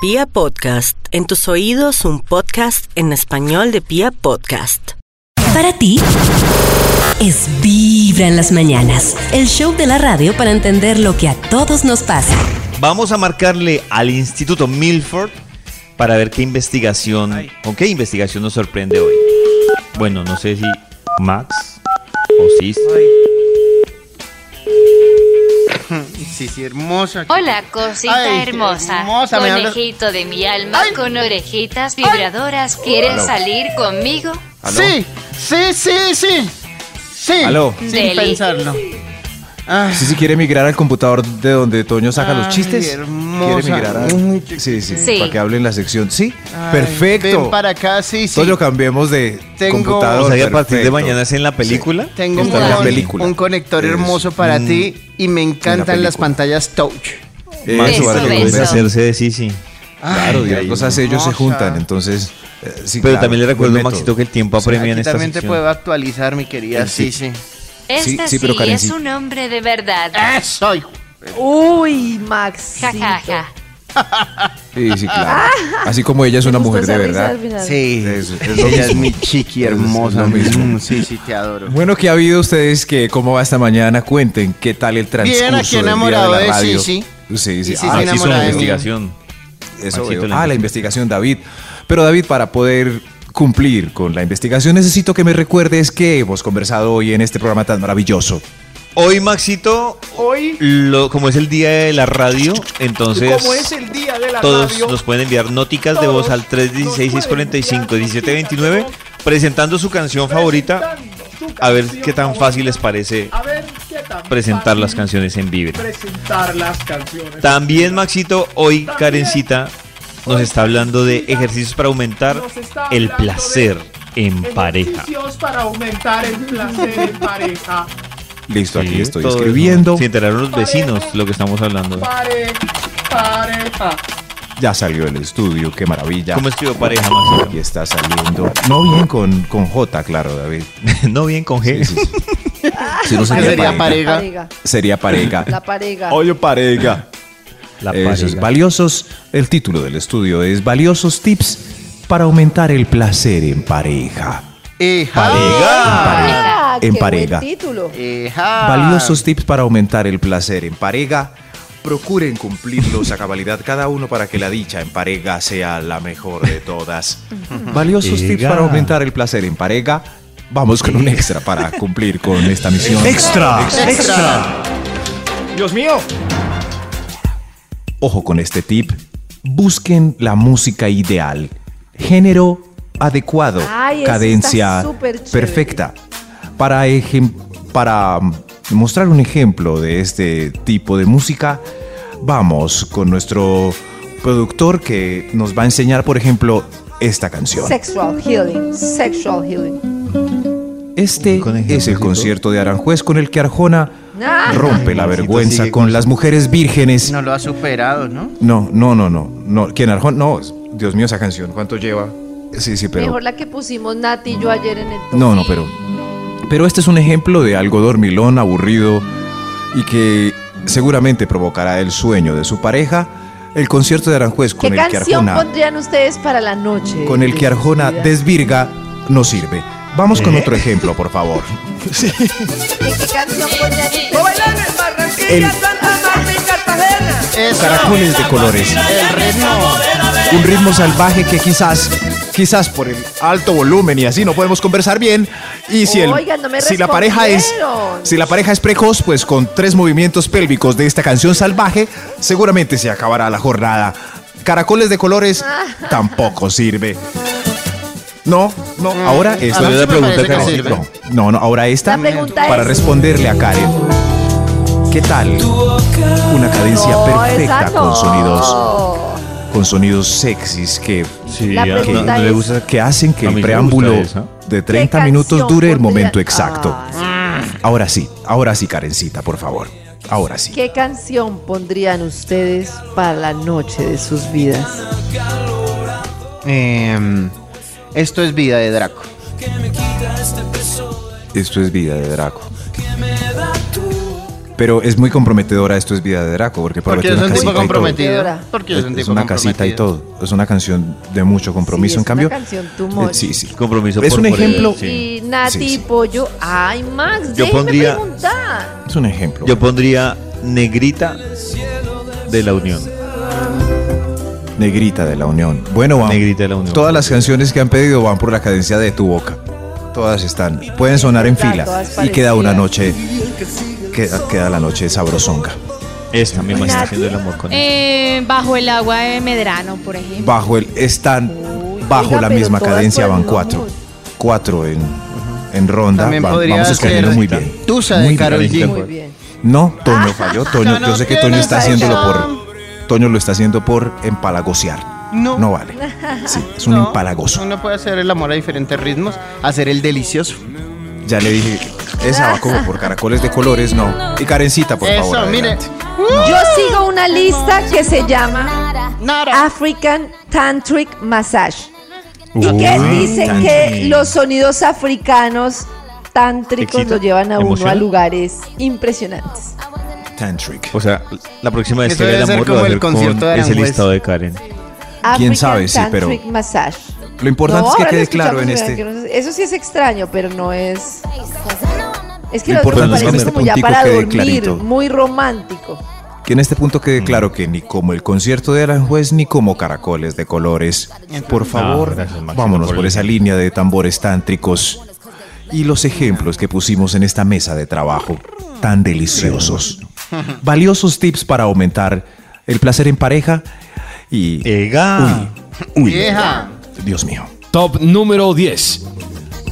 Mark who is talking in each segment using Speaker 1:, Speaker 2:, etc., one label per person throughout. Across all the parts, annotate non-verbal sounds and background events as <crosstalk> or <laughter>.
Speaker 1: Pia Podcast, en tus oídos un podcast en español de Pia Podcast.
Speaker 2: Para ti es Vibra en las mañanas, el show de la radio para entender lo que a todos nos pasa.
Speaker 3: Vamos a marcarle al Instituto Milford para ver qué investigación, con qué investigación nos sorprende hoy. Bueno, no sé si Max o Sis.
Speaker 4: Sí, sí, hermosa.
Speaker 5: Hola, cosita
Speaker 4: Ay, qué
Speaker 5: hermosa.
Speaker 4: hermosa, me hablas-
Speaker 5: Conejito de mi alma con orejitas vibradoras. ¿Quieres salir conmigo?
Speaker 4: Sí, sí, sí, sí. Sí.
Speaker 6: Aló.
Speaker 4: Sin
Speaker 5: Deli.
Speaker 4: pensarlo. Ah,
Speaker 6: Si si quiere migrar al computador de donde Toño saca los
Speaker 4: Ay,
Speaker 6: chistes.
Speaker 4: hermosa.
Speaker 6: Quiere migrar a...
Speaker 4: Ay,
Speaker 6: Sí, sí,
Speaker 5: Sí.
Speaker 6: Para que hable en la sección. Sí.
Speaker 4: ay,
Speaker 6: perfecto.
Speaker 4: Ven para acá, sí, sí.
Speaker 6: Toño, cambiemos de
Speaker 4: Tengo-
Speaker 6: computador.
Speaker 3: O sea, que a partir de
Speaker 6: perfecto.
Speaker 3: mañana es en la película.
Speaker 4: Tengo un,
Speaker 6: Está en la
Speaker 4: con-
Speaker 6: película.
Speaker 4: un conector
Speaker 6: Es-
Speaker 4: hermoso para ti y me encantan las
Speaker 6: película.
Speaker 4: pantallas touch.
Speaker 6: Eso,
Speaker 5: Beso,
Speaker 6: para que
Speaker 5: beso.
Speaker 6: comience a hacer-
Speaker 3: hacerse de Sisi.
Speaker 6: Claro, y las
Speaker 3: ahí,
Speaker 6: cosas ellos se
Speaker 4: hermosa.
Speaker 6: juntan, entonces... eh, sí,
Speaker 3: Pero
Speaker 6: claro,
Speaker 3: también le
Speaker 6: buen
Speaker 3: recuerdo,
Speaker 6: método.
Speaker 3: Maxito, que el tiempo apremia en
Speaker 4: Aquí
Speaker 3: esta
Speaker 4: también te
Speaker 3: sección.
Speaker 4: puedo actualizar, mi querida.
Speaker 6: El
Speaker 4: Sí,
Speaker 6: sí.
Speaker 4: sí.
Speaker 5: Este
Speaker 6: sí,
Speaker 5: sí,
Speaker 6: pero
Speaker 5: es
Speaker 6: Karencita.
Speaker 5: un hombre de verdad.
Speaker 7: Ah,
Speaker 4: Eso. hijo.
Speaker 8: Uy, Max.
Speaker 5: Ja, ja, ja.
Speaker 6: Sí, sí, claro. Así como ella es una mujer de verdad.
Speaker 4: Sí.
Speaker 6: Es- es lo
Speaker 4: Ella es
Speaker 6: mismo.
Speaker 4: mi chiqui
Speaker 6: Es- es
Speaker 4: hermosa.
Speaker 6: lo mismo.
Speaker 4: Mm, Sí, sí, te adoro.
Speaker 6: Bueno, ¿qué ha habido ustedes? que ¿Cómo va esta mañana? Cuenten, ¿qué tal el transcurso
Speaker 4: Bien, aquí
Speaker 6: del día
Speaker 4: enamorado
Speaker 6: de
Speaker 4: de
Speaker 6: la radio?
Speaker 4: Sisi.
Speaker 6: Sí, sí.
Speaker 4: Y Sisi
Speaker 6: Ah,
Speaker 3: Ah, sí, son
Speaker 4: enamorada
Speaker 3: la
Speaker 4: de mí.
Speaker 3: investigación.
Speaker 6: Eso
Speaker 3: Maxito,
Speaker 6: veo.
Speaker 3: la
Speaker 6: Ah, la investigación, David. Pero David, para poder cumplir con la investigación, necesito que me recuerdes que hemos conversado hoy en este programa tan maravilloso.
Speaker 3: Hoy, Maxito,
Speaker 9: Hoy,
Speaker 3: lo- como es el día de la radio, entonces
Speaker 9: como es el día de la
Speaker 3: todos
Speaker 9: radio,
Speaker 3: nos pueden enviar nóticas de
Speaker 9: todos
Speaker 3: voz al 316-645-1729 presentando su canción favorita.
Speaker 9: presentando su
Speaker 3: A ver
Speaker 9: canción
Speaker 3: qué tan
Speaker 9: favorita.
Speaker 3: fácil les parece
Speaker 9: A ver qué tan
Speaker 3: presentar
Speaker 9: fácil
Speaker 3: las canciones en Vibra.
Speaker 9: Presentar las canciones.
Speaker 3: También, Maxito, hoy Karencita nos está hablando de ejercicios para aumentar
Speaker 9: Nos está
Speaker 3: el
Speaker 9: hablando
Speaker 3: placer en
Speaker 9: Ejercicios
Speaker 3: pareja.
Speaker 9: para aumentar el placer en
Speaker 3: <laughs>
Speaker 9: pareja.
Speaker 6: Listo, aquí
Speaker 3: Sí,
Speaker 6: estoy
Speaker 3: todo eso.
Speaker 6: escribiendo.
Speaker 3: Se enteraron los vecinos lo que estamos hablando.
Speaker 9: Pare, pareja.
Speaker 6: Ya salió el estudio, qué maravilla.
Speaker 3: ¿Cómo escribió pareja,
Speaker 6: Y
Speaker 3: Maxito?
Speaker 6: está saliendo. No bien con, con J, claro, David.
Speaker 3: <laughs> no bien con G.
Speaker 6: Sí, sí, sí.
Speaker 3: <laughs>
Speaker 6: Si no
Speaker 4: ¿Qué sería
Speaker 8: La
Speaker 4: pareja?
Speaker 8: parega.
Speaker 6: Sería pareja.
Speaker 8: La parega.
Speaker 6: Oye, pareja.
Speaker 3: La
Speaker 6: Eso es,
Speaker 3: pareja.
Speaker 6: valiosos, el título del estudio es Valiosos Tips para aumentar el placer en pareja.
Speaker 4: Eja.
Speaker 3: Pareja.
Speaker 8: Ah,
Speaker 6: en
Speaker 8: qué buen
Speaker 6: pareja.
Speaker 8: título.
Speaker 4: Eja.
Speaker 6: Valiosos tips para aumentar el placer en pareja. Procuren cumplirlos a cabalidad cada uno para que la dicha en pareja sea la mejor de todas. Valiosos tips
Speaker 3: Ega.
Speaker 6: para aumentar el placer en pareja. Vamos con un extra para cumplir con esta misión.
Speaker 4: Extra.
Speaker 9: Dios mío.
Speaker 6: Ojo con este tip. Busquen la música ideal, género adecuado,
Speaker 8: Ay, eso
Speaker 6: cadencia
Speaker 8: está súper chévere.
Speaker 6: perfecta. Para, ejem- para mm, mostrar un ejemplo de este tipo de música, vamos con nuestro productor que nos va a enseñar, por ejemplo, esta canción.
Speaker 8: Sexual healing. Sexual healing.
Speaker 6: Este
Speaker 3: Con
Speaker 6: es el
Speaker 3: ejemplo.
Speaker 6: concierto de Aranjuez con el que Arjona
Speaker 8: Ah.
Speaker 6: rompe la vergüenza con las mujeres vírgenes.
Speaker 4: No lo ha superado, ¿no?
Speaker 6: No, no, no, no. no. ¿Quién Arjón? No, Dios mío, esa canción, ¿cuánto lleva? Sí, sí, pero.
Speaker 8: Mejor la que pusimos Nati y yo ayer en el top.
Speaker 6: No, no, pero. Pero este es un ejemplo de algo dormilón, aburrido y que seguramente provocará el sueño de su pareja. El concierto de Aranjuez con
Speaker 8: ¿Qué
Speaker 6: el que
Speaker 8: canción
Speaker 6: Arjona.
Speaker 8: pondrían ustedes para la noche?
Speaker 6: Con el
Speaker 8: de
Speaker 6: que Arjona
Speaker 8: sus vidas?
Speaker 6: desvirga no sirve. Vamos con otro ejemplo, por favor.
Speaker 8: ¿Qué canción pondrían ustedes?
Speaker 6: El
Speaker 4: Eso.
Speaker 6: Caracoles de colores.
Speaker 4: El ritmo.
Speaker 6: Un ritmo salvaje que quizás, quizás por el alto volumen y así no podemos conversar bien. Y si el,
Speaker 8: Oigan, no me
Speaker 6: si la pareja es,
Speaker 8: respondieron.
Speaker 6: si la pareja es precoz, pues con tres movimientos pélvicos de esta canción salvaje, seguramente se acabará la jornada. Caracoles de colores
Speaker 8: Ah.
Speaker 6: tampoco sirve. No, no. Ahora
Speaker 4: A
Speaker 6: esta.
Speaker 4: mí sí
Speaker 3: la
Speaker 4: me
Speaker 3: pregunta,
Speaker 4: parece que
Speaker 3: Karen.
Speaker 4: sirve.
Speaker 6: No, no, no, ahora esta.
Speaker 8: La pregunta
Speaker 6: para
Speaker 8: es-
Speaker 6: responderle a Karen. ¿Qué tal? Una cadencia
Speaker 8: No,
Speaker 6: perfecta
Speaker 8: esa no.
Speaker 6: con sonidos con sonidos sexys que,
Speaker 3: Sí,
Speaker 8: La
Speaker 3: ah,
Speaker 6: que,
Speaker 8: pregunta
Speaker 3: no- no le
Speaker 8: es-
Speaker 3: gusta
Speaker 6: que hacen que
Speaker 3: A mí
Speaker 6: el
Speaker 3: me
Speaker 6: preámbulo
Speaker 3: gusta esa.
Speaker 6: de
Speaker 8: ¿Qué
Speaker 6: 30
Speaker 8: canción
Speaker 6: minutos dure el
Speaker 8: pondrían?
Speaker 6: momento exacto.
Speaker 8: Ah,
Speaker 6: Ahora sí, ahora sí, Karencita, por favor. Ahora
Speaker 8: sí.
Speaker 6: sí.
Speaker 8: ¿Qué canción pondrían ustedes para la noche de sus vidas?
Speaker 4: Em, esto es vida de Draco.
Speaker 6: Esto es vida de Draco. Pero es muy comprometedora Esto es Vida de Draco, porque para
Speaker 4: Porque es
Speaker 6: meter
Speaker 4: un
Speaker 6: una
Speaker 4: tipo
Speaker 6: casita y todo.
Speaker 4: comprometido.
Speaker 8: Emprendedora.
Speaker 4: Porque es un tipo
Speaker 6: una casita y
Speaker 4: comprometido.
Speaker 6: todo. Es una canción de mucho compromiso.
Speaker 8: Sí,
Speaker 6: en
Speaker 8: es una
Speaker 6: cambio,
Speaker 8: canción too much.
Speaker 6: eh, sí, sí.
Speaker 3: Compromiso
Speaker 6: Es
Speaker 3: por
Speaker 6: un
Speaker 3: poder,
Speaker 6: ejemplo.
Speaker 3: sí.
Speaker 8: Y Nati
Speaker 6: Sí, sí.
Speaker 8: Pollo. Ay, Max,
Speaker 3: Yo
Speaker 8: déjeme
Speaker 3: pondría-
Speaker 8: preguntar.
Speaker 6: Es un ejemplo.
Speaker 3: Yo pondría negrita de la Unión.
Speaker 6: Negrita de la Unión. Bueno, vamos.
Speaker 3: Negrita de la Unión.
Speaker 6: Todas las canciones que han pedido van por la cadencia de tu boca. Todas están. Pueden sonar en
Speaker 8: Todas
Speaker 6: fila. Y
Speaker 8: parecidas.
Speaker 6: queda una noche. Queda, queda la noche sabrosonga.
Speaker 3: Esta misma está
Speaker 7: Nati.
Speaker 3: haciendo el amor con él.
Speaker 7: Eh, bajo el agua de Medrano, por ejemplo.
Speaker 6: Bajo el. Están bajo
Speaker 8: Oiga,
Speaker 6: la
Speaker 8: pero
Speaker 6: misma
Speaker 8: todas
Speaker 6: cadencia.
Speaker 8: por el
Speaker 6: Van
Speaker 8: mismo
Speaker 6: cuatro.
Speaker 8: mood.
Speaker 6: Cuatro en, en ronda.
Speaker 4: También
Speaker 6: Va-
Speaker 4: podría
Speaker 6: vamos escogiendo
Speaker 4: ser
Speaker 6: muy bien.
Speaker 4: Tusa de
Speaker 3: Muy
Speaker 4: Karol
Speaker 3: bien,
Speaker 4: G.
Speaker 8: Muy bien.
Speaker 6: No, Toño falló.
Speaker 8: Ah,
Speaker 6: Toño, yo sé que Toño está
Speaker 4: tienes
Speaker 6: haciéndolo
Speaker 4: razón.
Speaker 6: por. Toño lo está haciendo por empalagosear.
Speaker 4: No.
Speaker 6: No vale. Sí, es un
Speaker 4: No,
Speaker 6: empalagoso.
Speaker 4: Uno puede hacer el amor a diferentes ritmos, hacer el delicioso.
Speaker 6: Ya le dije, esa va como por caracoles de colores, no. Y Karencita, por
Speaker 4: Eso,
Speaker 6: favor.
Speaker 4: mire.
Speaker 6: adelante.
Speaker 8: Yo sigo una lista que se llama African Tantric Massage. Y que
Speaker 6: Uy,
Speaker 8: dicen
Speaker 6: tan-
Speaker 8: que los sonidos africanos tántricos
Speaker 3: ¿Excita?
Speaker 8: lo llevan a uno
Speaker 3: ¿Emociona?
Speaker 8: a lugares impresionantes.
Speaker 6: Tantric. Pues,
Speaker 3: O sea, la próxima vez
Speaker 4: Eso
Speaker 3: que haga el
Speaker 4: debe ser
Speaker 3: amor lo va a
Speaker 4: como el
Speaker 3: hacer
Speaker 4: concierto de
Speaker 3: con ese
Speaker 4: Aranjuez.
Speaker 3: listado de Karen.
Speaker 8: African
Speaker 6: sabe? Sí, pero-
Speaker 8: Tantric Massage.
Speaker 6: Lo importante
Speaker 8: No,
Speaker 6: es que
Speaker 8: ahora lo
Speaker 6: quede claro en
Speaker 8: escuchamos,
Speaker 6: este.
Speaker 8: ¿verdad? Que no- Eso sí es extraño, pero no es. Es que
Speaker 6: Lo
Speaker 8: lo otro me
Speaker 6: importante
Speaker 3: es que
Speaker 8: parece
Speaker 3: este
Speaker 8: como ya
Speaker 6: puntico
Speaker 8: para
Speaker 6: quede
Speaker 8: dormir,
Speaker 6: clarito.
Speaker 8: muy romántico.
Speaker 6: Que en este punto
Speaker 3: Mm.
Speaker 6: quede claro que ni como el concierto de Aranjuez ni como caracoles de colores. Por favor,
Speaker 3: gracias, Maxito,
Speaker 6: vámonos
Speaker 3: por
Speaker 6: por
Speaker 3: el-
Speaker 6: esa línea de tambores tántricos y los ejemplos que pusimos en esta mesa de trabajo
Speaker 4: <laughs>
Speaker 6: tan deliciosos. Valiosos tips para aumentar el placer en pareja y
Speaker 3: Eh, Ega.
Speaker 6: uy,
Speaker 4: Vieja.
Speaker 6: Dios mío.
Speaker 10: Top número 10.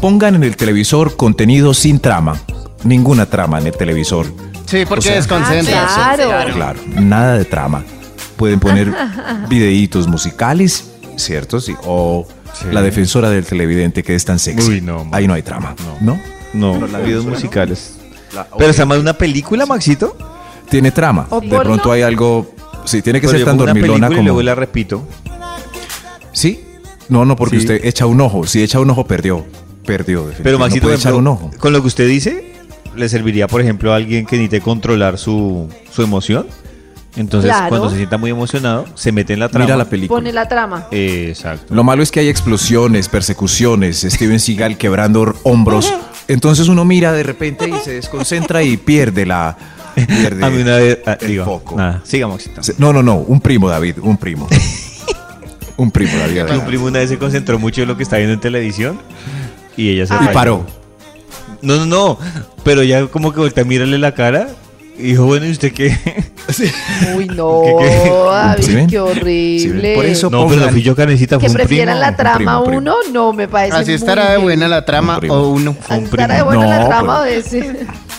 Speaker 6: Pongan en el televisor contenido sin trama. Ninguna trama en el televisor.
Speaker 4: Sí, porque
Speaker 6: sea,
Speaker 4: desconcentra.
Speaker 8: Ah, claro.
Speaker 6: Claro, nada de trama. Pueden
Speaker 8: <laughs>
Speaker 6: poner videitos musicales, ¿cierto? Sí. O la defensora del televidente que es tan sexy.
Speaker 3: Uy, no,
Speaker 6: Ahí no hay trama, ¿no?
Speaker 3: No, videos musicales. Pero se llama una película, Maxito.
Speaker 6: Tiene trama.
Speaker 8: O
Speaker 6: de
Speaker 8: porno.
Speaker 6: pronto hay algo... Sí, tiene que
Speaker 3: Pero
Speaker 6: ser
Speaker 3: yo
Speaker 6: tan
Speaker 3: pongo una
Speaker 6: dormilona
Speaker 3: película
Speaker 6: como...
Speaker 3: Y luego la repito.
Speaker 6: Sí. No, no, porque
Speaker 3: Sí.
Speaker 6: usted echa un ojo. Si echa un ojo, perdió. Perdió, definitivamente.
Speaker 3: Pero
Speaker 6: No
Speaker 3: Maxito,
Speaker 6: puede
Speaker 3: por
Speaker 6: echar un
Speaker 3: ejemplo,
Speaker 6: ojo.
Speaker 3: con lo que usted dice, le serviría, por ejemplo, a alguien que necesite controlar su, su emoción. Entonces,
Speaker 8: Claro.
Speaker 3: cuando se sienta muy emocionado, se mete en la trama.
Speaker 6: Mira la película.
Speaker 8: Pone la trama.
Speaker 3: Eh, Exacto.
Speaker 6: Lo malo es que hay explosiones, persecuciones, Steven Seagal quebrando hombros. Entonces uno mira de repente y se desconcentra y pierde la. pierde
Speaker 3: a mí una vez, ah,
Speaker 6: el
Speaker 3: digo,
Speaker 6: foco.
Speaker 3: nada. Siga, Maxito.
Speaker 6: Se- No, no, no. Un primo, David. Un primo. un primo, David.
Speaker 3: Mi
Speaker 6: adelante.
Speaker 3: primo una vez se concentró mucho en lo que está viendo en televisión y ella se
Speaker 6: Y
Speaker 3: rayó.
Speaker 6: paró.
Speaker 3: No, no, no. Pero ya como que voltea a mirarle la cara y dijo, bueno, ¿y usted qué? <laughs>
Speaker 8: Uy,
Speaker 6: <laughs>
Speaker 8: no,
Speaker 3: ¿Qué, qué?
Speaker 8: David,
Speaker 6: ¿Sí ven?
Speaker 8: qué horrible.
Speaker 6: Por eso-
Speaker 3: No, pero no fui yo, Canecita, fue
Speaker 8: que
Speaker 3: un primo.
Speaker 8: prefieran la
Speaker 6: un
Speaker 8: trama
Speaker 6: primo,
Speaker 8: a
Speaker 6: un primo.
Speaker 8: uno, no me parece.
Speaker 4: Así
Speaker 8: muy
Speaker 4: estará de
Speaker 8: bien.
Speaker 4: buena la trama
Speaker 6: Un primo.
Speaker 4: o uno.
Speaker 3: Fue un
Speaker 8: Así estará de
Speaker 3: primo.
Speaker 8: buena la
Speaker 6: No,
Speaker 8: trama
Speaker 6: pero-
Speaker 8: a veces.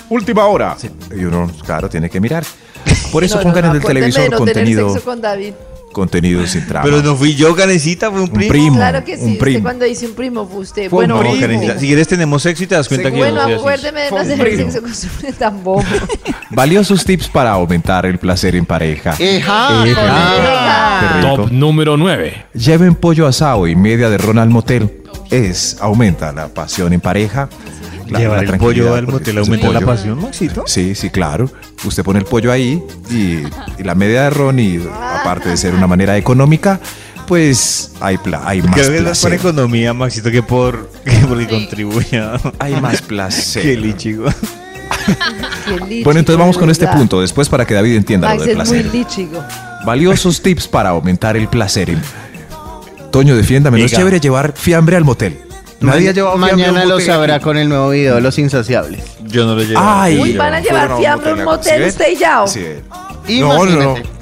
Speaker 6: Última hora. Y uno, claro, tiene que mirar. Por eso
Speaker 8: No, no,
Speaker 6: pongan
Speaker 8: no,
Speaker 6: en el
Speaker 8: acuérdenme de
Speaker 6: televisor
Speaker 8: no tener
Speaker 6: contenido,
Speaker 8: sexo con David.
Speaker 6: contenido sin trama.
Speaker 3: Pero no fui yo, Canecita, fue un
Speaker 6: un
Speaker 3: primo.
Speaker 6: primo.
Speaker 8: claro que sí.
Speaker 6: Un
Speaker 8: usted
Speaker 6: primo.
Speaker 8: cuando dice un primo, fue usted.
Speaker 3: Fue un
Speaker 8: bueno,
Speaker 3: primo,
Speaker 8: primo.
Speaker 3: Karencita. Si quieres tenemos sexo y te das cuenta que yo
Speaker 8: Bueno,
Speaker 3: no soy así.
Speaker 8: acuérdeme de no
Speaker 6: un
Speaker 8: tener
Speaker 6: primo.
Speaker 8: sexo con su tampoco. <laughs>
Speaker 6: Valiosos tips para aumentar el placer en pareja.
Speaker 4: Eja,
Speaker 6: Eja.
Speaker 4: colega.
Speaker 6: Qué rico.
Speaker 10: Top número 9.
Speaker 6: Lleven pollo asado y media de ron al motel. Es, aumenta la pasión en pareja. la- la
Speaker 3: Llevar el pollo
Speaker 6: tranquilidad,
Speaker 3: al
Speaker 6: porque
Speaker 3: motel
Speaker 6: es
Speaker 3: aumenta la
Speaker 6: pollo.
Speaker 3: pasión, Maxito.
Speaker 6: Sí, sí, claro. Usted pone el pollo ahí y, y la media de ron y aparte de ser una manera económica, pues hay, pla- hay más
Speaker 3: Creo que es por
Speaker 6: placer.
Speaker 3: economía, Maxito, que por <laughs> que porque contribuye a-
Speaker 6: Hay más
Speaker 3: Qué
Speaker 6: placer.
Speaker 3: lichigo.
Speaker 6: Bueno, entonces vamos con este punto después para que David entienda lo
Speaker 8: Max
Speaker 6: del
Speaker 8: es muy
Speaker 6: placer.
Speaker 8: lichigo.
Speaker 6: Valiosos tips para aumentar el placer. en- Toño, defiéndame. No es
Speaker 3: Diga.
Speaker 6: chévere llevar fiambre al motel. Nadie ha llevado fiambre a un
Speaker 4: Mañana lo
Speaker 6: motel
Speaker 4: sabrá
Speaker 6: aquí.
Speaker 4: con el nuevo video, Los Insaciables.
Speaker 3: Yo no lo llevo.
Speaker 6: Ay.
Speaker 8: Uy, van a llevar fiambre a un motel usted y ya. ¿o?
Speaker 6: Sí. No,
Speaker 4: Imagínate.
Speaker 6: no, no.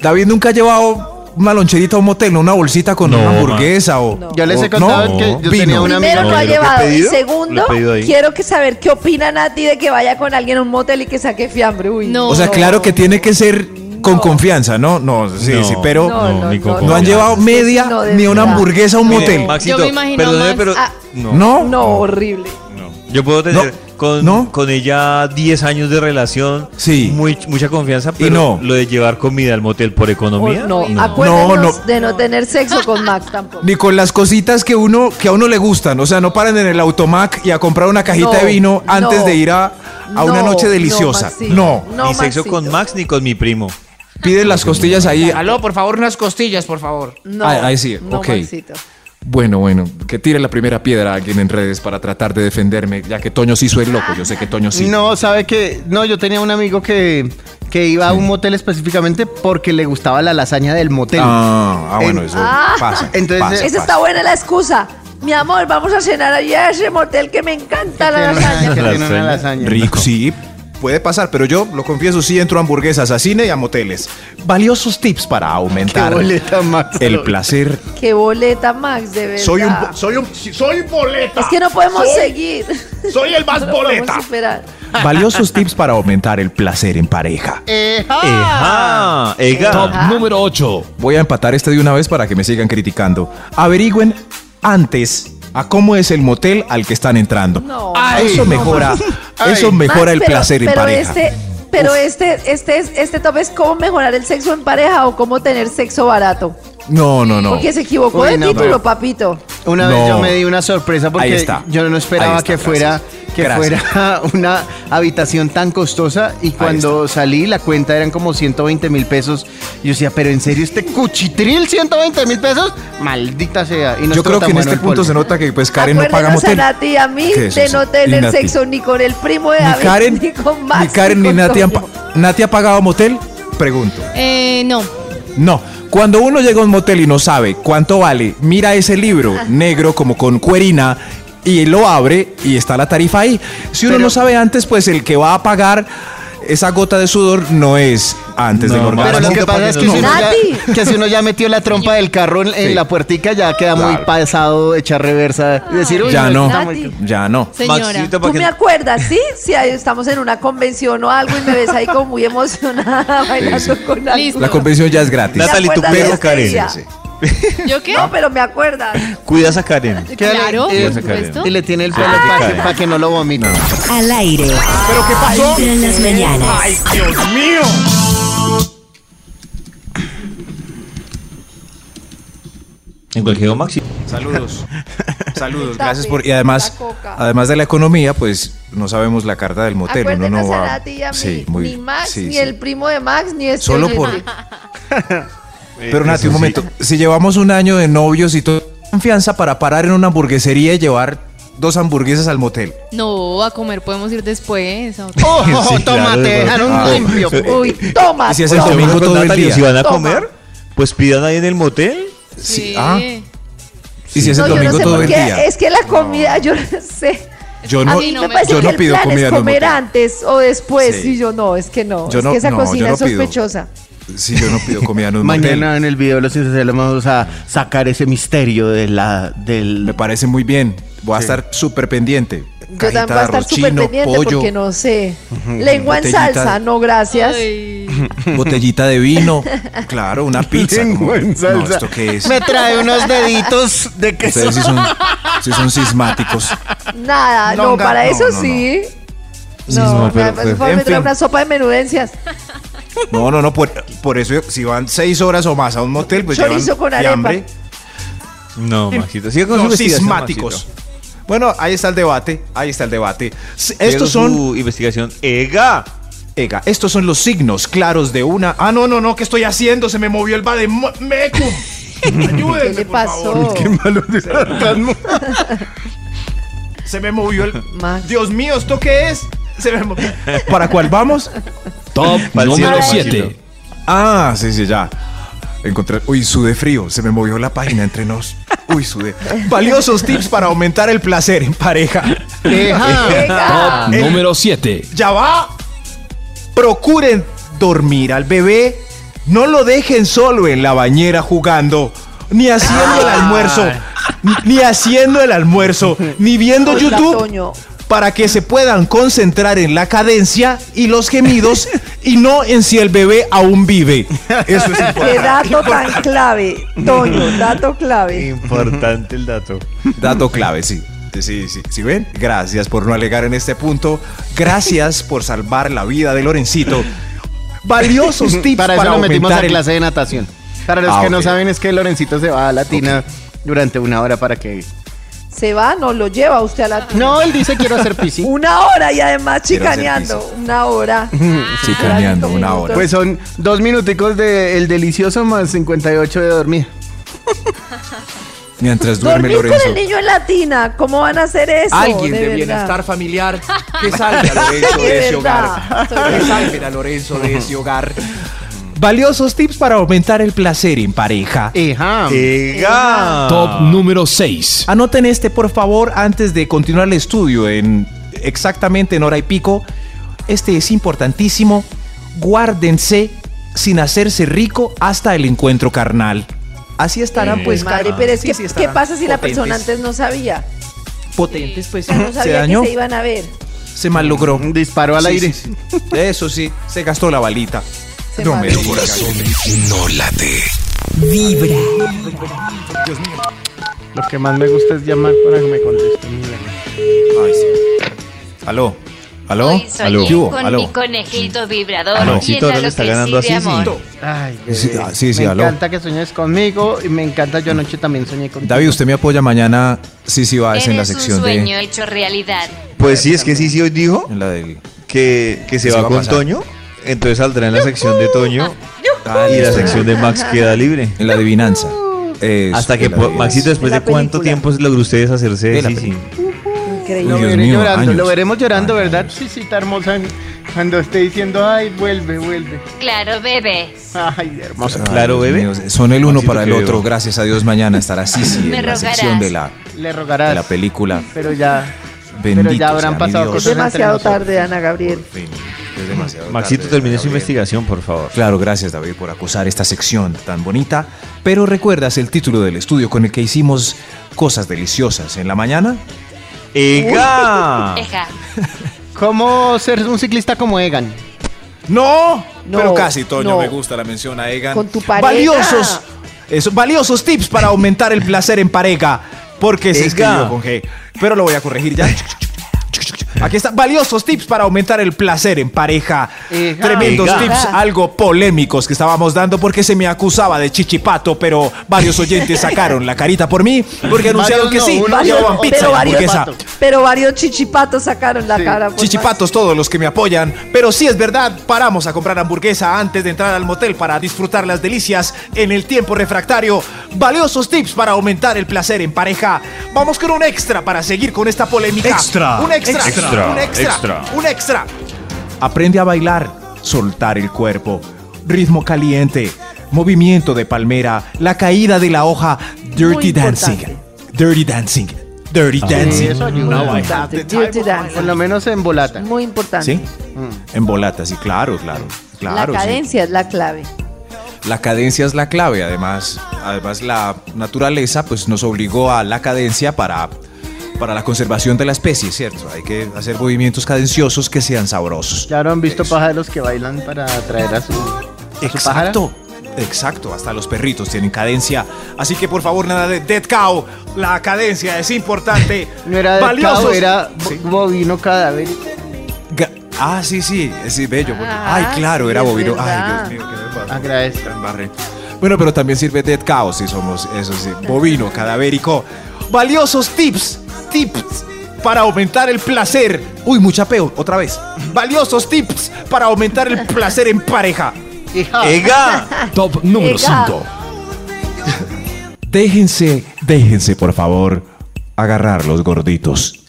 Speaker 6: David nunca ha llevado una loncherita a un motel, no una bolsita con
Speaker 3: No,
Speaker 6: una
Speaker 3: ma.
Speaker 6: hamburguesa o.
Speaker 8: No.
Speaker 4: Yo les he
Speaker 6: o-
Speaker 4: contado
Speaker 6: no,
Speaker 4: que yo
Speaker 6: vino.
Speaker 4: tenía una
Speaker 8: Primero
Speaker 4: amiga.
Speaker 8: no ha
Speaker 3: Lo que he
Speaker 8: llevado. Y
Speaker 3: pedido,
Speaker 8: segundo,
Speaker 3: lo he pedido ahí.
Speaker 8: quiero que saber qué opina Nati de que vaya con alguien a un motel y que saque fiambre. Uy,
Speaker 7: No.
Speaker 6: O sea, claro que tiene que ser con
Speaker 8: No.
Speaker 6: confianza, ¿no? No, sí,
Speaker 3: No.
Speaker 6: sí, pero
Speaker 8: No,
Speaker 6: no,
Speaker 3: No,
Speaker 8: no,
Speaker 3: ni
Speaker 8: no,
Speaker 3: con
Speaker 8: no.
Speaker 6: han
Speaker 3: confianza.
Speaker 6: llevado media
Speaker 8: No, de
Speaker 6: ni una
Speaker 8: verdad.
Speaker 6: hamburguesa a un
Speaker 3: Miren,
Speaker 6: motel.
Speaker 3: Maxito,
Speaker 7: Yo me imagino
Speaker 3: perdóneme,
Speaker 7: más-
Speaker 3: pero
Speaker 8: Ah.
Speaker 3: no.
Speaker 6: No. Oh.
Speaker 8: No, horrible.
Speaker 3: No. Yo puedo tener con, con ella 10 años de relación,
Speaker 6: Sí.
Speaker 3: muy- mucha confianza, pero
Speaker 6: no.
Speaker 3: lo de llevar comida al motel por economía.
Speaker 8: no,
Speaker 3: no.
Speaker 8: acuérdenos
Speaker 6: No, no.
Speaker 8: de no tener sexo con Max tampoco.
Speaker 6: Ni con las cositas que uno que a uno le gustan, o sea, no paran en el automac y a comprar una cajita
Speaker 8: No,
Speaker 6: de vino antes
Speaker 8: no,
Speaker 6: de ir a, a una
Speaker 8: no,
Speaker 6: noche
Speaker 8: no,
Speaker 6: deliciosa.
Speaker 8: Maxito,
Speaker 6: No,
Speaker 8: no,
Speaker 3: ni sexo
Speaker 8: Maxito.
Speaker 3: con Max ni con mi primo.
Speaker 6: piden las costillas ahí.
Speaker 11: Aló, por favor, unas costillas, por favor.
Speaker 8: No,
Speaker 6: Ah, ahí sí,
Speaker 8: no,
Speaker 6: ok.
Speaker 8: Maxito.
Speaker 6: Bueno, bueno, que tire la primera piedra a alguien en redes para tratar de defenderme, ya que Toño sí soy loco, yo sé que Toño sí. Ah,
Speaker 4: No, sabe que. No, yo tenía un amigo que, que iba a un motel específicamente porque le gustaba la lasaña del motel.
Speaker 6: Ah, ah, bueno,
Speaker 4: En-
Speaker 6: eso
Speaker 8: Ah.
Speaker 6: pasa.
Speaker 4: Entonces,
Speaker 6: pasa,
Speaker 8: Esa
Speaker 6: pasa.
Speaker 8: está buena la excusa. Mi amor, vamos a cenar allá a ese motel que me encanta la
Speaker 4: Tiene una-
Speaker 8: lasaña.
Speaker 4: que tiene una
Speaker 3: Lasaña.
Speaker 4: lasaña.
Speaker 6: Rico, sí, puede pasar, pero yo lo confieso, sí entro a hamburguesas, a cine y a moteles. Valiosos tips para
Speaker 4: Qué
Speaker 6: aumentar
Speaker 4: boleta, Max.
Speaker 6: el placer.
Speaker 8: Qué boleta, Max, de verdad.
Speaker 6: Soy un bo-
Speaker 9: Soy un. Soy boleta.
Speaker 8: Es que no podemos
Speaker 9: Soy-
Speaker 8: seguir.
Speaker 9: Soy el más
Speaker 8: No
Speaker 9: boleta.
Speaker 8: <laughs> podemos superar.
Speaker 6: Valiosos tips para aumentar el placer en pareja.
Speaker 4: Ejá.
Speaker 8: Ah.
Speaker 3: Ejá, ega.
Speaker 10: Top número 8.
Speaker 6: Voy a empatar este de una vez para que me sigan criticando. Averigüen antes a cómo es el motel al que están entrando.
Speaker 8: No.
Speaker 6: eso
Speaker 8: <laughs>
Speaker 6: mejora,
Speaker 4: Ay.
Speaker 6: eso mejora
Speaker 8: Max,
Speaker 6: el
Speaker 8: pero-
Speaker 6: placer en
Speaker 8: pero
Speaker 6: pareja.
Speaker 8: Este, pero este, este, es- este top es cómo mejorar el sexo en pareja o cómo tener sexo barato.
Speaker 6: No, no, no.
Speaker 8: Porque se equivocó
Speaker 4: Uy,
Speaker 8: de
Speaker 4: no,
Speaker 8: título,
Speaker 4: pero-
Speaker 8: papito.
Speaker 4: Una
Speaker 6: No.
Speaker 4: vez yo me di una sorpresa porque
Speaker 6: Ahí está.
Speaker 4: yo no esperaba
Speaker 6: Ahí está,
Speaker 4: que fuera
Speaker 6: gracias.
Speaker 4: que
Speaker 6: Gracias.
Speaker 4: fuera <laughs> una habitación tan costosa y cuando salí la cuenta eran como 120 mil pesos. Yo decía, pero en serio este cuchitril 120 mil pesos, maldita sea. Y no
Speaker 6: Yo
Speaker 4: estuvo
Speaker 6: creo
Speaker 4: tan
Speaker 6: que en
Speaker 4: bueno
Speaker 6: este
Speaker 4: el
Speaker 6: punto
Speaker 4: polvo.
Speaker 6: se nota que pues Karen no paga
Speaker 8: Acuérdenos
Speaker 6: motel.
Speaker 8: a Nati y a mí
Speaker 6: ¿Qué es
Speaker 8: de
Speaker 6: eso?
Speaker 8: no tener
Speaker 6: Y Nati.
Speaker 8: sexo ni con el primo de
Speaker 6: Ni
Speaker 7: <laughs>
Speaker 8: David,
Speaker 6: Karen,
Speaker 8: ni con Max,
Speaker 6: ni, Karen, ni
Speaker 8: con
Speaker 6: Nati, han,
Speaker 8: Toño.
Speaker 6: pa- Nati ha pagado motel. Pregunto.
Speaker 7: Eh, no.
Speaker 6: No, cuando uno llega a un motel y no sabe cuánto vale, mira ese libro
Speaker 7: Ah.
Speaker 6: negro como con cuerina y lo abre y está la tarifa ahí. Si uno
Speaker 4: Pero-
Speaker 6: no sabe antes, pues el que va a pagar esa gota de sudor no es antes
Speaker 3: No,
Speaker 6: del
Speaker 3: Max,
Speaker 6: orgasmo.
Speaker 4: Pero lo que
Speaker 3: Nunca
Speaker 4: pasa es que
Speaker 3: paguen
Speaker 4: si, uno
Speaker 8: los
Speaker 4: ya, que si uno ya metió la trompa del carro en, en
Speaker 6: Sí.
Speaker 4: la puertica, ya queda muy
Speaker 6: Claro.
Speaker 4: pasado echar reversa. Decir, "Uy,
Speaker 6: Ya no,
Speaker 4: está muy
Speaker 8: Nati.
Speaker 6: ya no.
Speaker 7: Señora.
Speaker 3: Maxito,
Speaker 8: Tú
Speaker 3: para que-
Speaker 8: me acuerdas, ¿sí? Si ahí estamos en una convención o algo y me ves ahí como muy emocionada bailando
Speaker 6: sí.
Speaker 8: con alguien.
Speaker 7: Listo.
Speaker 6: La convención ya es gratis.
Speaker 3: Natalie, tú
Speaker 8: acuerdas de
Speaker 3: cuidas a
Speaker 8: este
Speaker 3: Karen.
Speaker 8: día?
Speaker 6: Sí, sí.
Speaker 7: ¿Yo qué?
Speaker 8: No, pero me acuerdas.
Speaker 3: Cuidas a Karen.
Speaker 4: ¿Qué le-
Speaker 7: Claro,
Speaker 4: eh,
Speaker 7: por supuesto.
Speaker 4: Y le tiene el pelo
Speaker 3: Ah.
Speaker 4: para que, pa' que no lo vomite.
Speaker 2: Al aire. ¿Pero qué pasó? Vibra en las mañanas.
Speaker 9: Dios mío.
Speaker 3: En cualquier Maxi.
Speaker 8: <laughs>
Speaker 6: Saludos. Saludos,
Speaker 8: Tape,
Speaker 6: gracias por y además
Speaker 8: la coca.
Speaker 6: además de la economía, pues no sabemos la carta del motel, uno
Speaker 8: Acuérdenos
Speaker 6: no
Speaker 8: a
Speaker 6: va.
Speaker 8: Nati y a mí.
Speaker 6: Sí, muy-
Speaker 8: ni Max,
Speaker 6: sí,
Speaker 8: ni
Speaker 6: sí.
Speaker 8: el primo de Max, ni este.
Speaker 6: Solo
Speaker 8: ni <laughs>
Speaker 6: por-
Speaker 8: este.
Speaker 7: Ah,
Speaker 6: Pero Nati, un momento. Si llevamos un año de novios y todo confianza para parar en una hamburguesería y llevar dos hamburguesas al motel.
Speaker 7: No, a comer podemos ir después. a otro-
Speaker 4: <laughs> ¡Ojo,
Speaker 3: Sí,
Speaker 4: toma!
Speaker 3: claro,
Speaker 4: Te
Speaker 3: es
Speaker 4: dejaron
Speaker 3: verdad.
Speaker 4: limpio.
Speaker 8: Uy, toma.
Speaker 6: Eh, Y si es el
Speaker 8: toma.
Speaker 6: domingo
Speaker 3: Con
Speaker 6: todo el
Speaker 3: Natalie,
Speaker 6: día.
Speaker 3: Si van a
Speaker 8: Toma.
Speaker 3: comer, pues pidan ahí en el motel.
Speaker 7: Sí.
Speaker 6: ah. Y si es el
Speaker 8: No, yo
Speaker 6: domingo
Speaker 8: no sé
Speaker 6: todo
Speaker 8: por
Speaker 6: el
Speaker 8: qué.
Speaker 6: día.
Speaker 8: Es que la comida, yo no sé.
Speaker 6: Yo
Speaker 7: a
Speaker 6: no,
Speaker 7: mí
Speaker 8: Y
Speaker 7: no
Speaker 8: me
Speaker 7: me-
Speaker 8: parece
Speaker 6: yo
Speaker 8: que
Speaker 6: no
Speaker 8: el
Speaker 6: pido
Speaker 8: plan
Speaker 6: comida
Speaker 8: es
Speaker 6: en un
Speaker 8: comer
Speaker 6: motel.
Speaker 8: antes o después.
Speaker 6: Sí.
Speaker 8: Y yo no, es que no.
Speaker 6: Yo
Speaker 8: es
Speaker 6: no-
Speaker 8: que esa
Speaker 6: no,
Speaker 8: cocina
Speaker 6: yo no
Speaker 8: es
Speaker 6: pido.
Speaker 8: sospechosa.
Speaker 6: Sí, yo no pido comida en un motel.
Speaker 4: <laughs> Mañana en el video los Sinceros vamos a sacar ese misterio de la
Speaker 6: Me
Speaker 4: del
Speaker 6: parece muy bien. Voy a estar súper pendiente.
Speaker 8: Yo
Speaker 6: Cajita
Speaker 8: también voy a
Speaker 6: de
Speaker 8: estar
Speaker 6: arroz
Speaker 8: súper
Speaker 6: chino,
Speaker 8: pendiente
Speaker 6: pollo,
Speaker 8: porque no sé. Lengua en
Speaker 6: Botellita.
Speaker 8: salsa, no gracias.
Speaker 7: Ay.
Speaker 6: botellita de
Speaker 8: <laughs>
Speaker 6: vino, claro, una pizza. como- No, ¿esto qué es?
Speaker 4: Me trae unos deditos de queso.
Speaker 6: Ustedes sí son, sí son sismáticos.
Speaker 8: Nada, no,
Speaker 6: Longa,
Speaker 8: para
Speaker 6: no,
Speaker 8: eso
Speaker 6: no, no.
Speaker 8: sí.
Speaker 3: Sí, no,
Speaker 8: No,
Speaker 3: pero-
Speaker 8: me- me
Speaker 3: pero-
Speaker 8: fue a
Speaker 6: en
Speaker 8: meter
Speaker 6: fin.
Speaker 8: una sopa de menudencias.
Speaker 6: No, no, no, por, por eso si van seis horas o más a un motel, pues
Speaker 8: Chorizo
Speaker 6: llevan
Speaker 8: con
Speaker 6: de
Speaker 8: arepa.
Speaker 6: hambre.
Speaker 3: No, Maxito. Sigue con su
Speaker 6: Los
Speaker 3: investigación,
Speaker 6: sismáticos.
Speaker 3: Maxito.
Speaker 6: Bueno, ahí está el debate, ahí está el debate. S-
Speaker 3: Sigue
Speaker 6: Estos
Speaker 3: con
Speaker 6: son,
Speaker 3: su investigación. ¡Ega!
Speaker 6: Ega, estos son los signos claros de una. Ah, no, no, no, ¿qué estoy haciendo? Se me movió el vademecum.
Speaker 8: <laughs> ¿Qué
Speaker 6: Ayúdenme,
Speaker 8: le
Speaker 6: por
Speaker 8: pasó?
Speaker 6: favor. Se me movió el.
Speaker 8: Max.
Speaker 6: Dios mío, ¿esto qué es? Se me movió. ¿Para cuál vamos?
Speaker 10: Top
Speaker 3: Para el
Speaker 10: número
Speaker 3: cielo,
Speaker 10: 7.
Speaker 3: Maxito.
Speaker 6: Ah, sí, sí, ya. Encontré. Uy, sudé frío. Se me movió la página entre nos. Uy, sudé. Valiosos tips para aumentar el placer en pareja. <laughs>
Speaker 8: Venga.
Speaker 10: Top número 7.
Speaker 6: Ya va. Procuren dormir al bebé. No lo dejen solo en la bañera jugando. Ni haciendo el almuerzo. Ni haciendo el almuerzo. Ni viendo
Speaker 8: Hola,
Speaker 6: YouTube.
Speaker 8: Toño.
Speaker 6: Para que se puedan concentrar en la cadencia y los
Speaker 4: <laughs>
Speaker 6: gemidos. y no en si el bebé aún vive.
Speaker 4: <laughs>
Speaker 6: Eso es importante.
Speaker 8: Qué dato
Speaker 6: <laughs>
Speaker 8: tan clave, Toño, dato clave.
Speaker 3: Importante el dato.
Speaker 6: Dato clave, sí. Sí, sí, ¿sí ven? Gracias por no alegar en este punto. Gracias por salvar la vida de Lorencito.
Speaker 4: <laughs>
Speaker 6: Valiosos tips
Speaker 4: Para
Speaker 6: para,
Speaker 4: eso lo metimos
Speaker 6: aumentar
Speaker 4: a
Speaker 6: el-
Speaker 4: clase de natación. Para los
Speaker 6: Ah,
Speaker 4: que no
Speaker 6: ok.
Speaker 4: saben es que Lorencito se va a la tina durante una hora para que...
Speaker 8: Se va, no lo lleva usted a la.
Speaker 4: No, él dice quiero hacer <laughs> piscis.
Speaker 8: Una hora y además
Speaker 6: Quiero hacer
Speaker 8: chicaneando. Una hora. Ah,
Speaker 6: Chicaneando una hora.
Speaker 4: Pues son dos minuticos de El Delicioso más 58 de dormir.
Speaker 6: mientras duerme
Speaker 8: Dormir
Speaker 6: Lorenzo.
Speaker 8: con el niño en latina. ¿Cómo van a hacer eso?
Speaker 11: Alguien de,
Speaker 8: verdad.
Speaker 11: bienestar familiar
Speaker 8: <laughs>
Speaker 11: que salve a Lorenzo
Speaker 8: De
Speaker 11: de ese
Speaker 8: verdad.
Speaker 11: hogar. Que salve a Lorenzo de ese hogar.
Speaker 6: Valiosos tips para aumentar el placer en pareja.
Speaker 4: <laughs> Ejá.
Speaker 11: Eh,
Speaker 3: Ega.
Speaker 8: Ah.
Speaker 10: Top número 6.
Speaker 6: Anoten este, por favor, antes de continuar el estudio en exactamente en hora y pico. Este es importantísimo. Guárdense sin hacerse rico hasta el encuentro carnal. Así estarán,
Speaker 3: Eh,
Speaker 6: pues,
Speaker 8: Madre,
Speaker 6: car-
Speaker 8: pero es
Speaker 6: sí,
Speaker 8: que,
Speaker 6: sí,
Speaker 8: ¿qué
Speaker 6: estarán
Speaker 8: pasa si la persona
Speaker 6: potentes.
Speaker 8: antes no sabía?
Speaker 6: potentes, pues,
Speaker 8: O sea, no
Speaker 6: se
Speaker 8: sabía que
Speaker 6: dañó,
Speaker 8: se iban a ver.
Speaker 6: se malogró.
Speaker 4: Disparó al
Speaker 6: Sí,
Speaker 4: aire.
Speaker 6: sí, sí. Eso sí, se gastó la balita.
Speaker 8: Se
Speaker 6: No me
Speaker 8: mató.
Speaker 6: digas.
Speaker 2: Vibra.
Speaker 4: Lo que más me gusta es llamar para que me contesten.
Speaker 6: Ay, sí. Aló. Aló.
Speaker 5: Hoy soñé
Speaker 6: ¿Qué hubo?
Speaker 5: con
Speaker 6: Aló.
Speaker 5: mi conejito vibrador.
Speaker 3: Aló.
Speaker 5: Y
Speaker 3: Maxito, ahora le está ganando
Speaker 6: Ah,
Speaker 3: así, sí.
Speaker 4: Ay, bebé.
Speaker 6: Sí, ah, sí, sí,
Speaker 4: me
Speaker 6: aló.
Speaker 4: encanta que sueñes conmigo y me encanta yo anoche también soñé contigo.
Speaker 6: David, usted me apoya mañana. Sí, sí, va, ah, es en la
Speaker 5: Eres un
Speaker 6: sección
Speaker 5: sueño
Speaker 6: de.
Speaker 5: hecho realidad.
Speaker 3: Pues sí, es que sí, sí hoy dijo
Speaker 6: En la del.
Speaker 3: que, que se
Speaker 6: Se
Speaker 3: va
Speaker 6: va a
Speaker 3: con
Speaker 6: pasar.
Speaker 3: Toño. Entonces saldrá en la sección de Toño
Speaker 6: Ah,
Speaker 3: y la
Speaker 6: listo.
Speaker 3: sección de Max queda libre.
Speaker 6: En la adivinanza.
Speaker 5: Uh.
Speaker 6: Es
Speaker 3: Hasta
Speaker 6: en
Speaker 3: que
Speaker 6: la
Speaker 3: po-
Speaker 6: adivinanza.
Speaker 3: Maxito, después
Speaker 8: De
Speaker 3: de
Speaker 8: la
Speaker 3: cuánto tiempo
Speaker 8: película.
Speaker 3: logró ustedes hacerse
Speaker 6: De la
Speaker 3: sí, sí.
Speaker 8: Increíble.
Speaker 4: Lo
Speaker 6: Uy, Dios
Speaker 4: veré
Speaker 6: mío,
Speaker 4: llorando, lo
Speaker 6: años.
Speaker 4: veremos llorando,
Speaker 6: Años.
Speaker 4: ¿verdad? Sí, sí, está hermosa. Cuando esté diciendo, ay, vuelve, vuelve.
Speaker 5: Claro, bebé.
Speaker 4: Ay, hermosa.
Speaker 6: Ay,
Speaker 3: Claro,
Speaker 6: Dios
Speaker 3: bebé.
Speaker 6: mío, Son el uno
Speaker 3: Maxito,
Speaker 6: para el
Speaker 3: que
Speaker 6: otro.
Speaker 3: beba.
Speaker 6: Gracias a Dios, mañana estará sí, sí, en
Speaker 5: Me
Speaker 6: la
Speaker 5: rogarás.
Speaker 6: sección de la,
Speaker 4: Le
Speaker 6: de
Speaker 4: rogarás.
Speaker 6: la película.
Speaker 4: Pero ya.
Speaker 6: Bendito
Speaker 4: pero ya
Speaker 6: sea
Speaker 4: habrán
Speaker 6: mi
Speaker 4: pasado
Speaker 6: Dios.
Speaker 8: Es
Speaker 4: cosas.
Speaker 8: demasiado
Speaker 4: entre nosotros.
Speaker 8: tarde, Ana Gabriel.
Speaker 6: Fin, es demasiado
Speaker 3: Maxito,
Speaker 6: tarde,
Speaker 3: termine su
Speaker 6: Gabriel.
Speaker 3: investigación, por favor.
Speaker 6: Claro, gracias David por acusar esta sección tan bonita. Pero ¿recuerdas el título del estudio con el que hicimos cosas deliciosas en la mañana?
Speaker 3: ¡Ega!
Speaker 6: Ah.
Speaker 5: Eja.
Speaker 4: ¿Cómo ser un ciclista como Egan?
Speaker 6: No,
Speaker 8: No,
Speaker 6: pero casi Toño,
Speaker 8: no.
Speaker 6: me gusta la mención a Egan.
Speaker 8: Con tu pareja.
Speaker 6: Valiosos, esos valiosos tips
Speaker 8: <laughs>
Speaker 6: para aumentar el placer en pareja, porque
Speaker 3: Ega.
Speaker 6: se escribió con G. Pero lo voy a corregir ya. Aquí está, valiosos tips para aumentar el placer en pareja.
Speaker 4: Ega.
Speaker 6: Tremendos
Speaker 3: Ega.
Speaker 6: tips, algo polémicos que estábamos dando porque se me acusaba de chichipato, pero varios
Speaker 8: <laughs>
Speaker 6: oyentes sacaron la carita por mí porque anunciaron que
Speaker 4: Varios no,
Speaker 6: sí,
Speaker 4: uno
Speaker 8: Varios-
Speaker 6: llevaban
Speaker 4: no,
Speaker 6: pizza
Speaker 8: pero,
Speaker 6: y
Speaker 8: varios,
Speaker 6: hamburguesa.
Speaker 8: pero varios chichipatos sacaron la
Speaker 4: Sí.
Speaker 8: cara. por
Speaker 6: Chichipatos todos los que me apoyan, pero sí es verdad, paramos a comprar hamburguesa antes de entrar al motel para disfrutar las delicias en el tiempo refractario. Valiosos tips para aumentar el placer en pareja. Vamos con un extra para seguir con esta polémica.
Speaker 10: Extra,
Speaker 6: un extra,
Speaker 10: extra,
Speaker 6: un extra,
Speaker 3: extra.
Speaker 6: un extra. Aprende a bailar, soltar el cuerpo, ritmo caliente, movimiento de palmera, la caída de la hoja, dirty dancing, dirty dancing, dirty dancing.
Speaker 4: eso ayuda.
Speaker 8: Muy importante. Dirty
Speaker 4: Por
Speaker 8: dancing.
Speaker 4: lo menos en volata.
Speaker 8: Muy importante.
Speaker 6: ¿Sí? Mm. En bolata, sí, claro, claro. Claro,
Speaker 8: la
Speaker 6: sí.
Speaker 8: cadencia es la clave.
Speaker 6: La cadencia es la clave, además. Además, la naturaleza pues, nos obligó a la cadencia para, para la conservación de la especie, ¿cierto? Hay que hacer movimientos cadenciosos que sean sabrosos.
Speaker 4: Ya lo han visto
Speaker 6: Eso.
Speaker 4: pájaros que bailan para atraer a su, a su pájara.
Speaker 6: Exacto. Exacto, hasta los perritos tienen cadencia. Así que por favor, nada de Dead Cow. La cadencia es importante.
Speaker 4: No era de
Speaker 6: Valiosos.
Speaker 4: cabo, era bo-
Speaker 6: Sí.
Speaker 4: bovino cadáver.
Speaker 6: Ga- Ah, sí, sí, sí, bello. porque- Ay,
Speaker 8: Ah,
Speaker 6: claro,
Speaker 8: sí,
Speaker 6: era
Speaker 8: es
Speaker 6: bovino.
Speaker 8: verdad.
Speaker 6: Ay, Dios mío, ¿qué me pasa?
Speaker 4: Agradezco.
Speaker 6: Embarré. Bueno, pero también sirve de caos si somos, eso sí, bovino, cadavérico. Valiosos tips, tips para aumentar el placer. Uy, mucha peo, otra vez. Valiosos tips para aumentar el placer en pareja.
Speaker 4: Hija.
Speaker 3: ¡Ega!
Speaker 10: Top número
Speaker 8: Ega.
Speaker 10: 5.
Speaker 6: Déjense, déjense, por favor, agarrar los gorditos.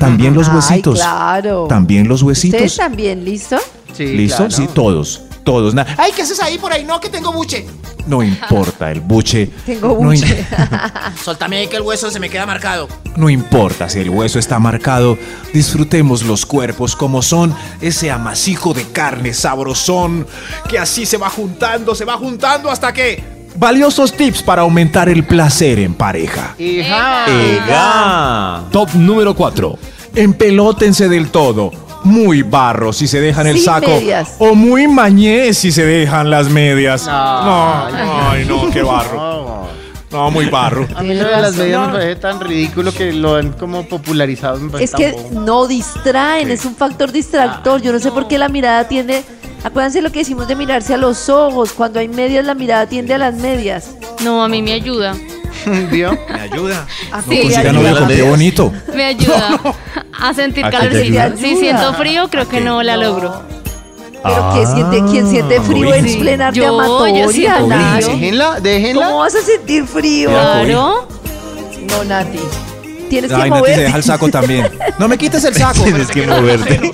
Speaker 6: También los
Speaker 8: Ay,
Speaker 6: huesitos.
Speaker 8: claro.
Speaker 6: También los
Speaker 8: ¿Ustedes
Speaker 6: huesitos.
Speaker 8: también, listo?
Speaker 4: Sí,
Speaker 6: ¿Listo?
Speaker 4: claro.
Speaker 6: Sí, todos. Todos. na-
Speaker 11: Ay, ¿qué haces ahí por ahí? No, que tengo buche.
Speaker 6: No importa el buche.
Speaker 8: Tengo
Speaker 6: No
Speaker 8: buche.
Speaker 11: <laughs>
Speaker 6: im-
Speaker 11: Soltame ahí que el hueso se me queda marcado.
Speaker 6: No importa si el hueso está marcado, disfrutemos los cuerpos como son, ese amasijo de carne sabrosón, que así se va juntando, se va juntando hasta que... Valiosos tips para aumentar el placer en pareja.
Speaker 4: Hija.
Speaker 3: ¡Ega!
Speaker 10: Top número 4.
Speaker 6: Empelótense del todo. Muy barro si se dejan el
Speaker 8: Sin
Speaker 6: saco.
Speaker 8: medias.
Speaker 6: O muy mañé si se dejan las medias.
Speaker 4: No.
Speaker 6: no, ay, no, qué barro. No, muy barro.
Speaker 4: A mí lo de las medias me parece tan ridículo que lo han como popularizado. me parece
Speaker 8: Es
Speaker 4: tan
Speaker 8: que
Speaker 4: bobo.
Speaker 8: no distraen, es un factor distractor. Yo no sé por qué la mirada tiende. Acuérdense lo que decimos de mirarse a los ojos. Cuando hay medias, la mirada tiende a las medias.
Speaker 7: No, a mí me ayuda.
Speaker 4: ¿Vio?
Speaker 3: Me ayuda.
Speaker 7: Sí,
Speaker 5: pues,
Speaker 6: Consiga
Speaker 7: ayuda.
Speaker 6: novio con pie bonito.
Speaker 7: Me ayuda
Speaker 6: <laughs>
Speaker 7: a sentir
Speaker 6: ¿A qué te
Speaker 7: calorcita.
Speaker 6: ayuda?
Speaker 7: Si siento frío, creo que no la logro.
Speaker 8: Pero quien
Speaker 7: Ah,
Speaker 8: siente, quien siente frío
Speaker 6: uy.
Speaker 8: es plena
Speaker 7: Yo- yo
Speaker 8: amatoria,
Speaker 7: siento
Speaker 8: Nati.
Speaker 7: frío.
Speaker 4: Déjenla, déjenla.
Speaker 8: ¿Cómo vas a sentir frío?
Speaker 7: Claro.
Speaker 8: No, Nati. Tienes que
Speaker 6: Ay, Nati se deja
Speaker 8: moverte.
Speaker 6: el saco también. No me quites el <laughs> saco.
Speaker 3: Tienes que moverte.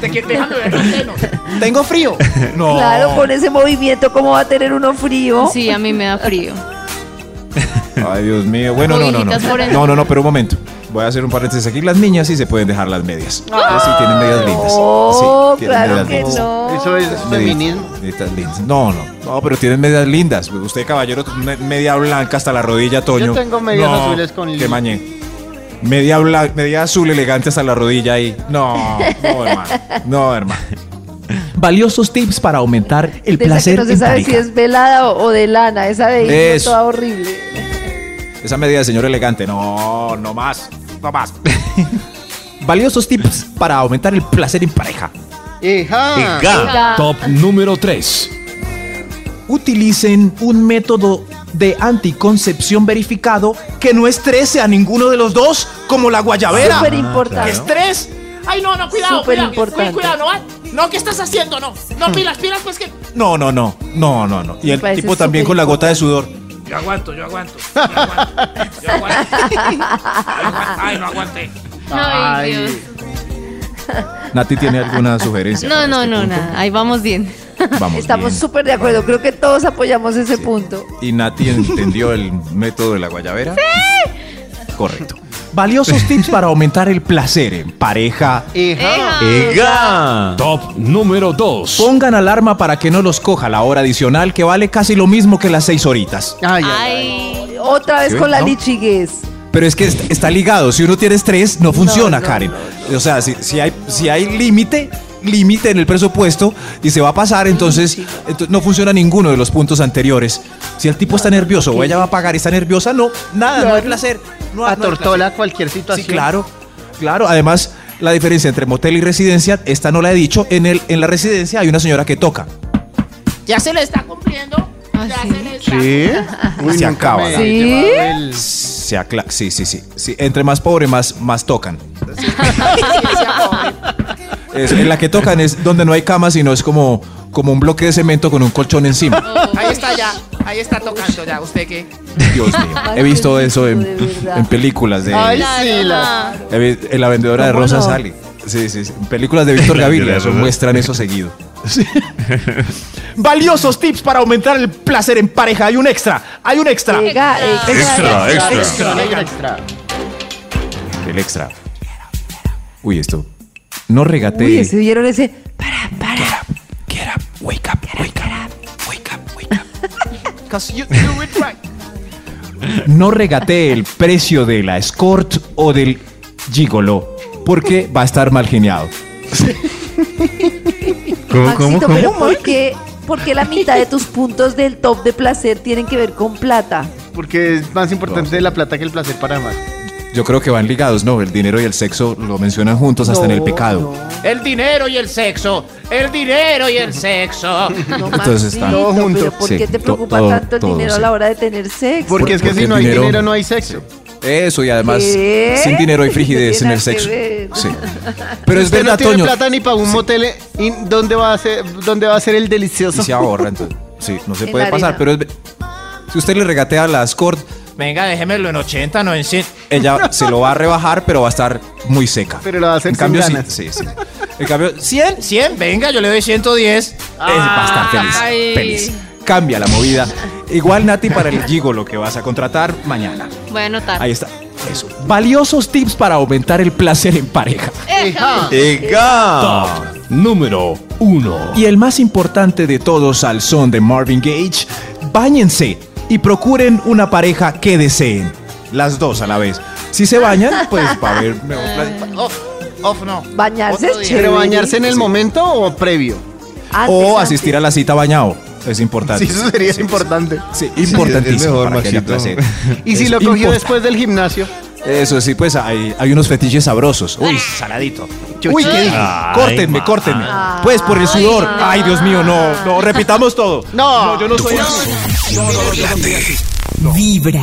Speaker 11: Te que- déjame ver los senos.
Speaker 4: Tengo frío.
Speaker 6: No.
Speaker 8: <laughs> Claro, con ese movimiento, ¿cómo va a tener uno frío?
Speaker 7: Sí, a mí me da frío.
Speaker 6: Ay, Dios mío. Bueno, no, no, no.
Speaker 7: Ojitas por el-
Speaker 6: No, no, no, pero un momento. Voy a hacer un paréntesis aquí. Las niñas sí se pueden dejar las medias.
Speaker 4: Ah.
Speaker 6: Sí, tienen medias lindas.
Speaker 8: No,
Speaker 6: Sí, tienen
Speaker 8: Oh, claro
Speaker 6: medias
Speaker 8: que
Speaker 6: lindas.
Speaker 8: no.
Speaker 4: Eso es feminismo.
Speaker 6: Medias lindas. No, no, no, pero tienen medias lindas. Usted, caballero, me- media blanca hasta la rodilla, Toño.
Speaker 4: Yo tengo medias azules con
Speaker 6: Qué
Speaker 4: lila.
Speaker 6: mañé. Media, blan- media azul elegante hasta la rodilla ahí. No, no, hermano. No, hermano.
Speaker 10: Valiosos tips para aumentar el
Speaker 8: De esa que
Speaker 10: placer
Speaker 8: no se
Speaker 10: en
Speaker 8: sabe
Speaker 10: pareja.
Speaker 8: si es velada o, o de lana, esa de hilo
Speaker 6: Eso.
Speaker 8: toda horrible.
Speaker 6: Esa medida de señor elegante. No, no más. No más.
Speaker 10: <laughs> Valiosos tips para aumentar el placer en pareja.
Speaker 4: Ejá.
Speaker 3: Venga.
Speaker 10: Top número 3.
Speaker 6: Utilicen un método de anticoncepción verificado que no estrese a ninguno de los dos, como la
Speaker 7: Ah,
Speaker 6: guayabera. Ah,
Speaker 8: Súper importante.
Speaker 11: Estrés. Ay, no, no, cuidado.
Speaker 8: Súper
Speaker 11: cuidado,
Speaker 8: importante.
Speaker 11: Cuidado, no, va-
Speaker 9: ¿eh?
Speaker 11: no, ¿qué estás haciendo? No,
Speaker 4: Hmm.
Speaker 11: no, pilas, pilas, pues que.
Speaker 6: No, no, no. No, no, no. Y el
Speaker 8: Parece
Speaker 6: tipo también
Speaker 8: súper
Speaker 6: con la gota de sudor.
Speaker 11: Yo aguanto, yo aguanto. Yo aguanto. Yo aguanto. Ay, no aguanté.
Speaker 7: <laughs> Ay, Dios.
Speaker 6: Nati tiene
Speaker 8: <laughs>
Speaker 6: alguna sugerencia.
Speaker 7: No,
Speaker 6: para
Speaker 7: no,
Speaker 6: este
Speaker 7: no,
Speaker 6: punto?
Speaker 7: nada. Ahí vamos <laughs> bien.
Speaker 6: Vamos
Speaker 8: Estamos
Speaker 6: bien.
Speaker 8: súper de acuerdo, creo que todos apoyamos ese punto.
Speaker 6: ¿Y Nati entendió el método de la guayabera? Sí. Correcto. Valiosos tips para aumentar el placer en pareja.
Speaker 4: Ejá.
Speaker 3: Venga.
Speaker 10: Top número 2.
Speaker 6: Pongan alarma para que no los coja la hora adicional que vale casi lo mismo que las seis horitas.
Speaker 4: Ay, ay, ay.
Speaker 7: Ay.
Speaker 8: Otra vez
Speaker 6: ¿Sí
Speaker 8: con
Speaker 6: ven?
Speaker 8: la
Speaker 6: ¿No?
Speaker 8: lichiguez.
Speaker 6: Pero es que est- está ligado. Si uno tiene estrés, no funciona, Karen. O sea, si, si hay, si hay límite, límite en el presupuesto y se va a pasar, entonces, ento- no funciona ninguno de los puntos anteriores. Si el tipo está nervioso o ella va a pagar y está nerviosa, no, nada, no hay placer. No, no hay
Speaker 4: Atortola cualquier situación.
Speaker 6: Sí, claro, claro. Además, la diferencia entre motel y residencia, esta no la he dicho. En, el, en la residencia hay una señora que toca.
Speaker 11: Ya se le está cumpliendo.
Speaker 7: ¿Ah,
Speaker 11: Ya
Speaker 7: sí?
Speaker 11: se le está.
Speaker 4: Sí.
Speaker 6: Se
Speaker 4: nunca
Speaker 6: acaba,
Speaker 4: me
Speaker 6: Dani.
Speaker 4: he
Speaker 8: ¿Sí?
Speaker 4: llevado el-
Speaker 6: Se acla- sí, sí, sí, sí. Entre más pobre, más, más tocan. Es- en la que tocan es donde no hay cama, sino es como, como un bloque de cemento con un colchón encima.
Speaker 11: Ahí está ya. Ahí está tocando ya. ¿Usted qué?
Speaker 6: Dios
Speaker 8: <laughs>
Speaker 6: mío. He visto eso en,
Speaker 8: De verdad.
Speaker 6: en películas de.
Speaker 4: Ay,
Speaker 7: Claro,
Speaker 4: sí, la-
Speaker 7: ma.
Speaker 6: he vi- en la vendedora de
Speaker 8: ¿Cómo
Speaker 6: Rosa
Speaker 8: no?
Speaker 6: Sally. Sí, sí, sí. En
Speaker 3: <laughs>
Speaker 6: películas de Víctor
Speaker 3: La
Speaker 6: Gaviria.
Speaker 3: vendedora de
Speaker 6: Eso
Speaker 3: rosas.
Speaker 6: muestran eso seguido.
Speaker 3: <laughs>
Speaker 6: <laughs>
Speaker 10: Valiosos tips para aumentar el placer en pareja. Hay un extra. Hay un extra.
Speaker 8: Llega, extra,
Speaker 3: Extra, extra.
Speaker 4: Extra, extra.
Speaker 6: El extra. Uy, esto. No regatee.
Speaker 8: Uy, se dieron ese. Para, para.
Speaker 6: Get up, wake up, wake up, wake up, wake up. No regatee el precio de la escort o del gigolo, porque va a estar mal geniado.
Speaker 3: ¿Cómo, cómo,
Speaker 8: Maxito, pero
Speaker 3: cómo?
Speaker 8: ¿por qué, por qué la mitad de tus puntos del top de placer tienen que ver con plata?
Speaker 4: Porque es más importante la plata que el placer para amar.
Speaker 6: Yo creo que van ligados, ¿no? El dinero y el sexo lo mencionan juntos hasta en el
Speaker 8: No,
Speaker 6: pecado.
Speaker 11: El dinero y el sexo. El dinero y el sexo.
Speaker 8: No, no
Speaker 6: Entonces está-
Speaker 8: Maxito,
Speaker 4: Todo
Speaker 8: pero
Speaker 4: junto.
Speaker 8: ¿Por
Speaker 6: Sí,
Speaker 8: qué te
Speaker 6: to-
Speaker 8: preocupa
Speaker 6: todo-
Speaker 8: tanto el
Speaker 6: todo,
Speaker 8: dinero a
Speaker 6: sí.
Speaker 8: la hora de tener sexo?
Speaker 4: Porque es que
Speaker 6: porque
Speaker 4: si
Speaker 6: el
Speaker 4: no hay
Speaker 6: dinero-
Speaker 4: dinero no hay sexo.
Speaker 6: Eso, y además,
Speaker 8: ¿Qué?
Speaker 6: sin dinero hay frigidez
Speaker 8: No
Speaker 6: en el
Speaker 8: tiene
Speaker 6: sexo.
Speaker 8: nada que ver. <laughs>
Speaker 6: Sí. Pero es
Speaker 4: Usted
Speaker 6: verdad,
Speaker 4: no tiene
Speaker 6: Toño.
Speaker 4: plata ni para un motel, ¿y ¿dónde va a ser, dónde va a ser el
Speaker 6: Y
Speaker 4: delicioso?
Speaker 6: se ahorra, entonces. Sí, no se
Speaker 8: En
Speaker 6: puede
Speaker 8: la
Speaker 6: pasar,
Speaker 8: arena.
Speaker 6: pero es ve- si usted le regatea la escort,
Speaker 11: Venga, déjemelo en 80, no en 100.
Speaker 6: ella se lo va a rebajar, pero va a estar muy seca.
Speaker 4: Pero lo va a hacer
Speaker 6: en cambio,
Speaker 4: sin
Speaker 6: sí,
Speaker 4: ganas.
Speaker 6: Sí, sí. En cambio, sí,
Speaker 11: 100, 100, venga, yo le doy 110.
Speaker 6: es- va a
Speaker 4: Ah,
Speaker 6: estar feliz.
Speaker 7: Ay.
Speaker 6: Feliz. Cambia la movida. Igual, Nati, para el gigolo que vas a contratar mañana.
Speaker 7: Voy a anotar.
Speaker 6: Ahí está. Eso. Valiosos tips para aumentar el placer en pareja.
Speaker 4: Ejá.
Speaker 3: Venga.
Speaker 10: Top número 1.
Speaker 6: Y el más importante de todos al son de Marvin Gage, báñense y procuren una pareja que deseen. Las dos a la vez. Si se bañan, pues va a haber
Speaker 4: <laughs>
Speaker 6: mejor plática.
Speaker 11: Off, off no.
Speaker 8: Bañarse
Speaker 11: Otro
Speaker 8: es
Speaker 11: día.
Speaker 8: chévere.
Speaker 4: ¿Pero bañarse en el momento o previo?
Speaker 8: Antes,
Speaker 6: O
Speaker 8: antes.
Speaker 6: asistir a la cita bañado. Es importante.
Speaker 4: Sí, eso sería importante.
Speaker 6: Sí, importantísimo
Speaker 4: es mejor,
Speaker 6: para que haya
Speaker 4: Maxito.
Speaker 6: placer.
Speaker 4: <laughs> Y si
Speaker 6: Es
Speaker 4: lo cogió
Speaker 6: import-
Speaker 4: después del gimnasio.
Speaker 6: Eso sí, pues hay, hay unos fetiches sabrosos. Uy, saladito. Ah. Uy, ¿qué dije?
Speaker 4: Ay,
Speaker 6: Córtenme, córtenme. Pues por el sudor. Ay, Dios mío, no, no, repitamos todo.
Speaker 4: No,
Speaker 6: yo no soy así.
Speaker 2: Vibra.